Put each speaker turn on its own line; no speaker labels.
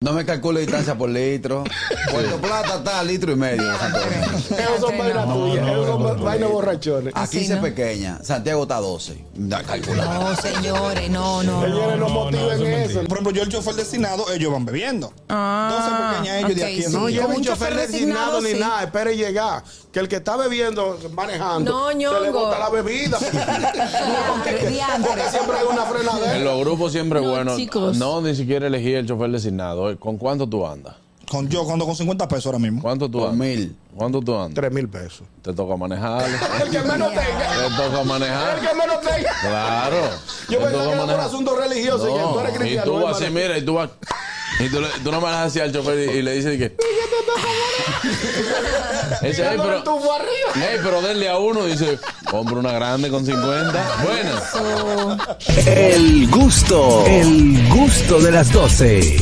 No me calculo distancia por litro. Puerto Plata está a litro y
Ah,
medio. Santo Domingo.
Esos son vainas
No,
tuyas,
no,
esos son
no, no,
vainas
no.
borrachones.
A
Así,
15
¿no?
pequeña. Santiago está a 12. Da, calcula.
No, señores, no, no. no.
Señores, no, motiven
eso es
eso.
Por ejemplo, yo el chofer designado, ellos van bebiendo.
Ah,
Entonces, pequeña ellos de
ok,
aquí.
sí.
No
No,
yo-
lleve
un
un chofer
chofer designado,
designado ni
sí.
nada, espere llegar. Que el que está bebiendo, manejando,
No,
se le
ñongo.
bota la bebida.
Diantre, diantre.
Porque siempre hay una frenadera.
En los grupos siempre
No,
bueno.
chicos.
No, ni siquiera elegí el chofer designado. Eh, ¿Con cuánto tú andas?
Con yo, cuando con 50 pesos ahora mismo.
¿Cuánto tú
Con
andas?
mil.
¿Cuánto tú andas?
Tres mil pesos.
Te toca manejar.
El que menos tenga.
Te toca
El
manejar.
que menos tenga.
Claro.
Yo
Te
pensaba
toca
que era por
manejar.
asunto religioso. y que tú eres
No, y
cristiano.
tú
hermano.
así, mira, y tú vas. Y tú, le- tú no manejas así al chofer y, y le dices que. Ese, "Ey,
Tirándole
pero,
el tubo arriba.
ey, pero denle a uno, dice, compra una grande con 50. Bueno.
El gusto, el gusto de las 12.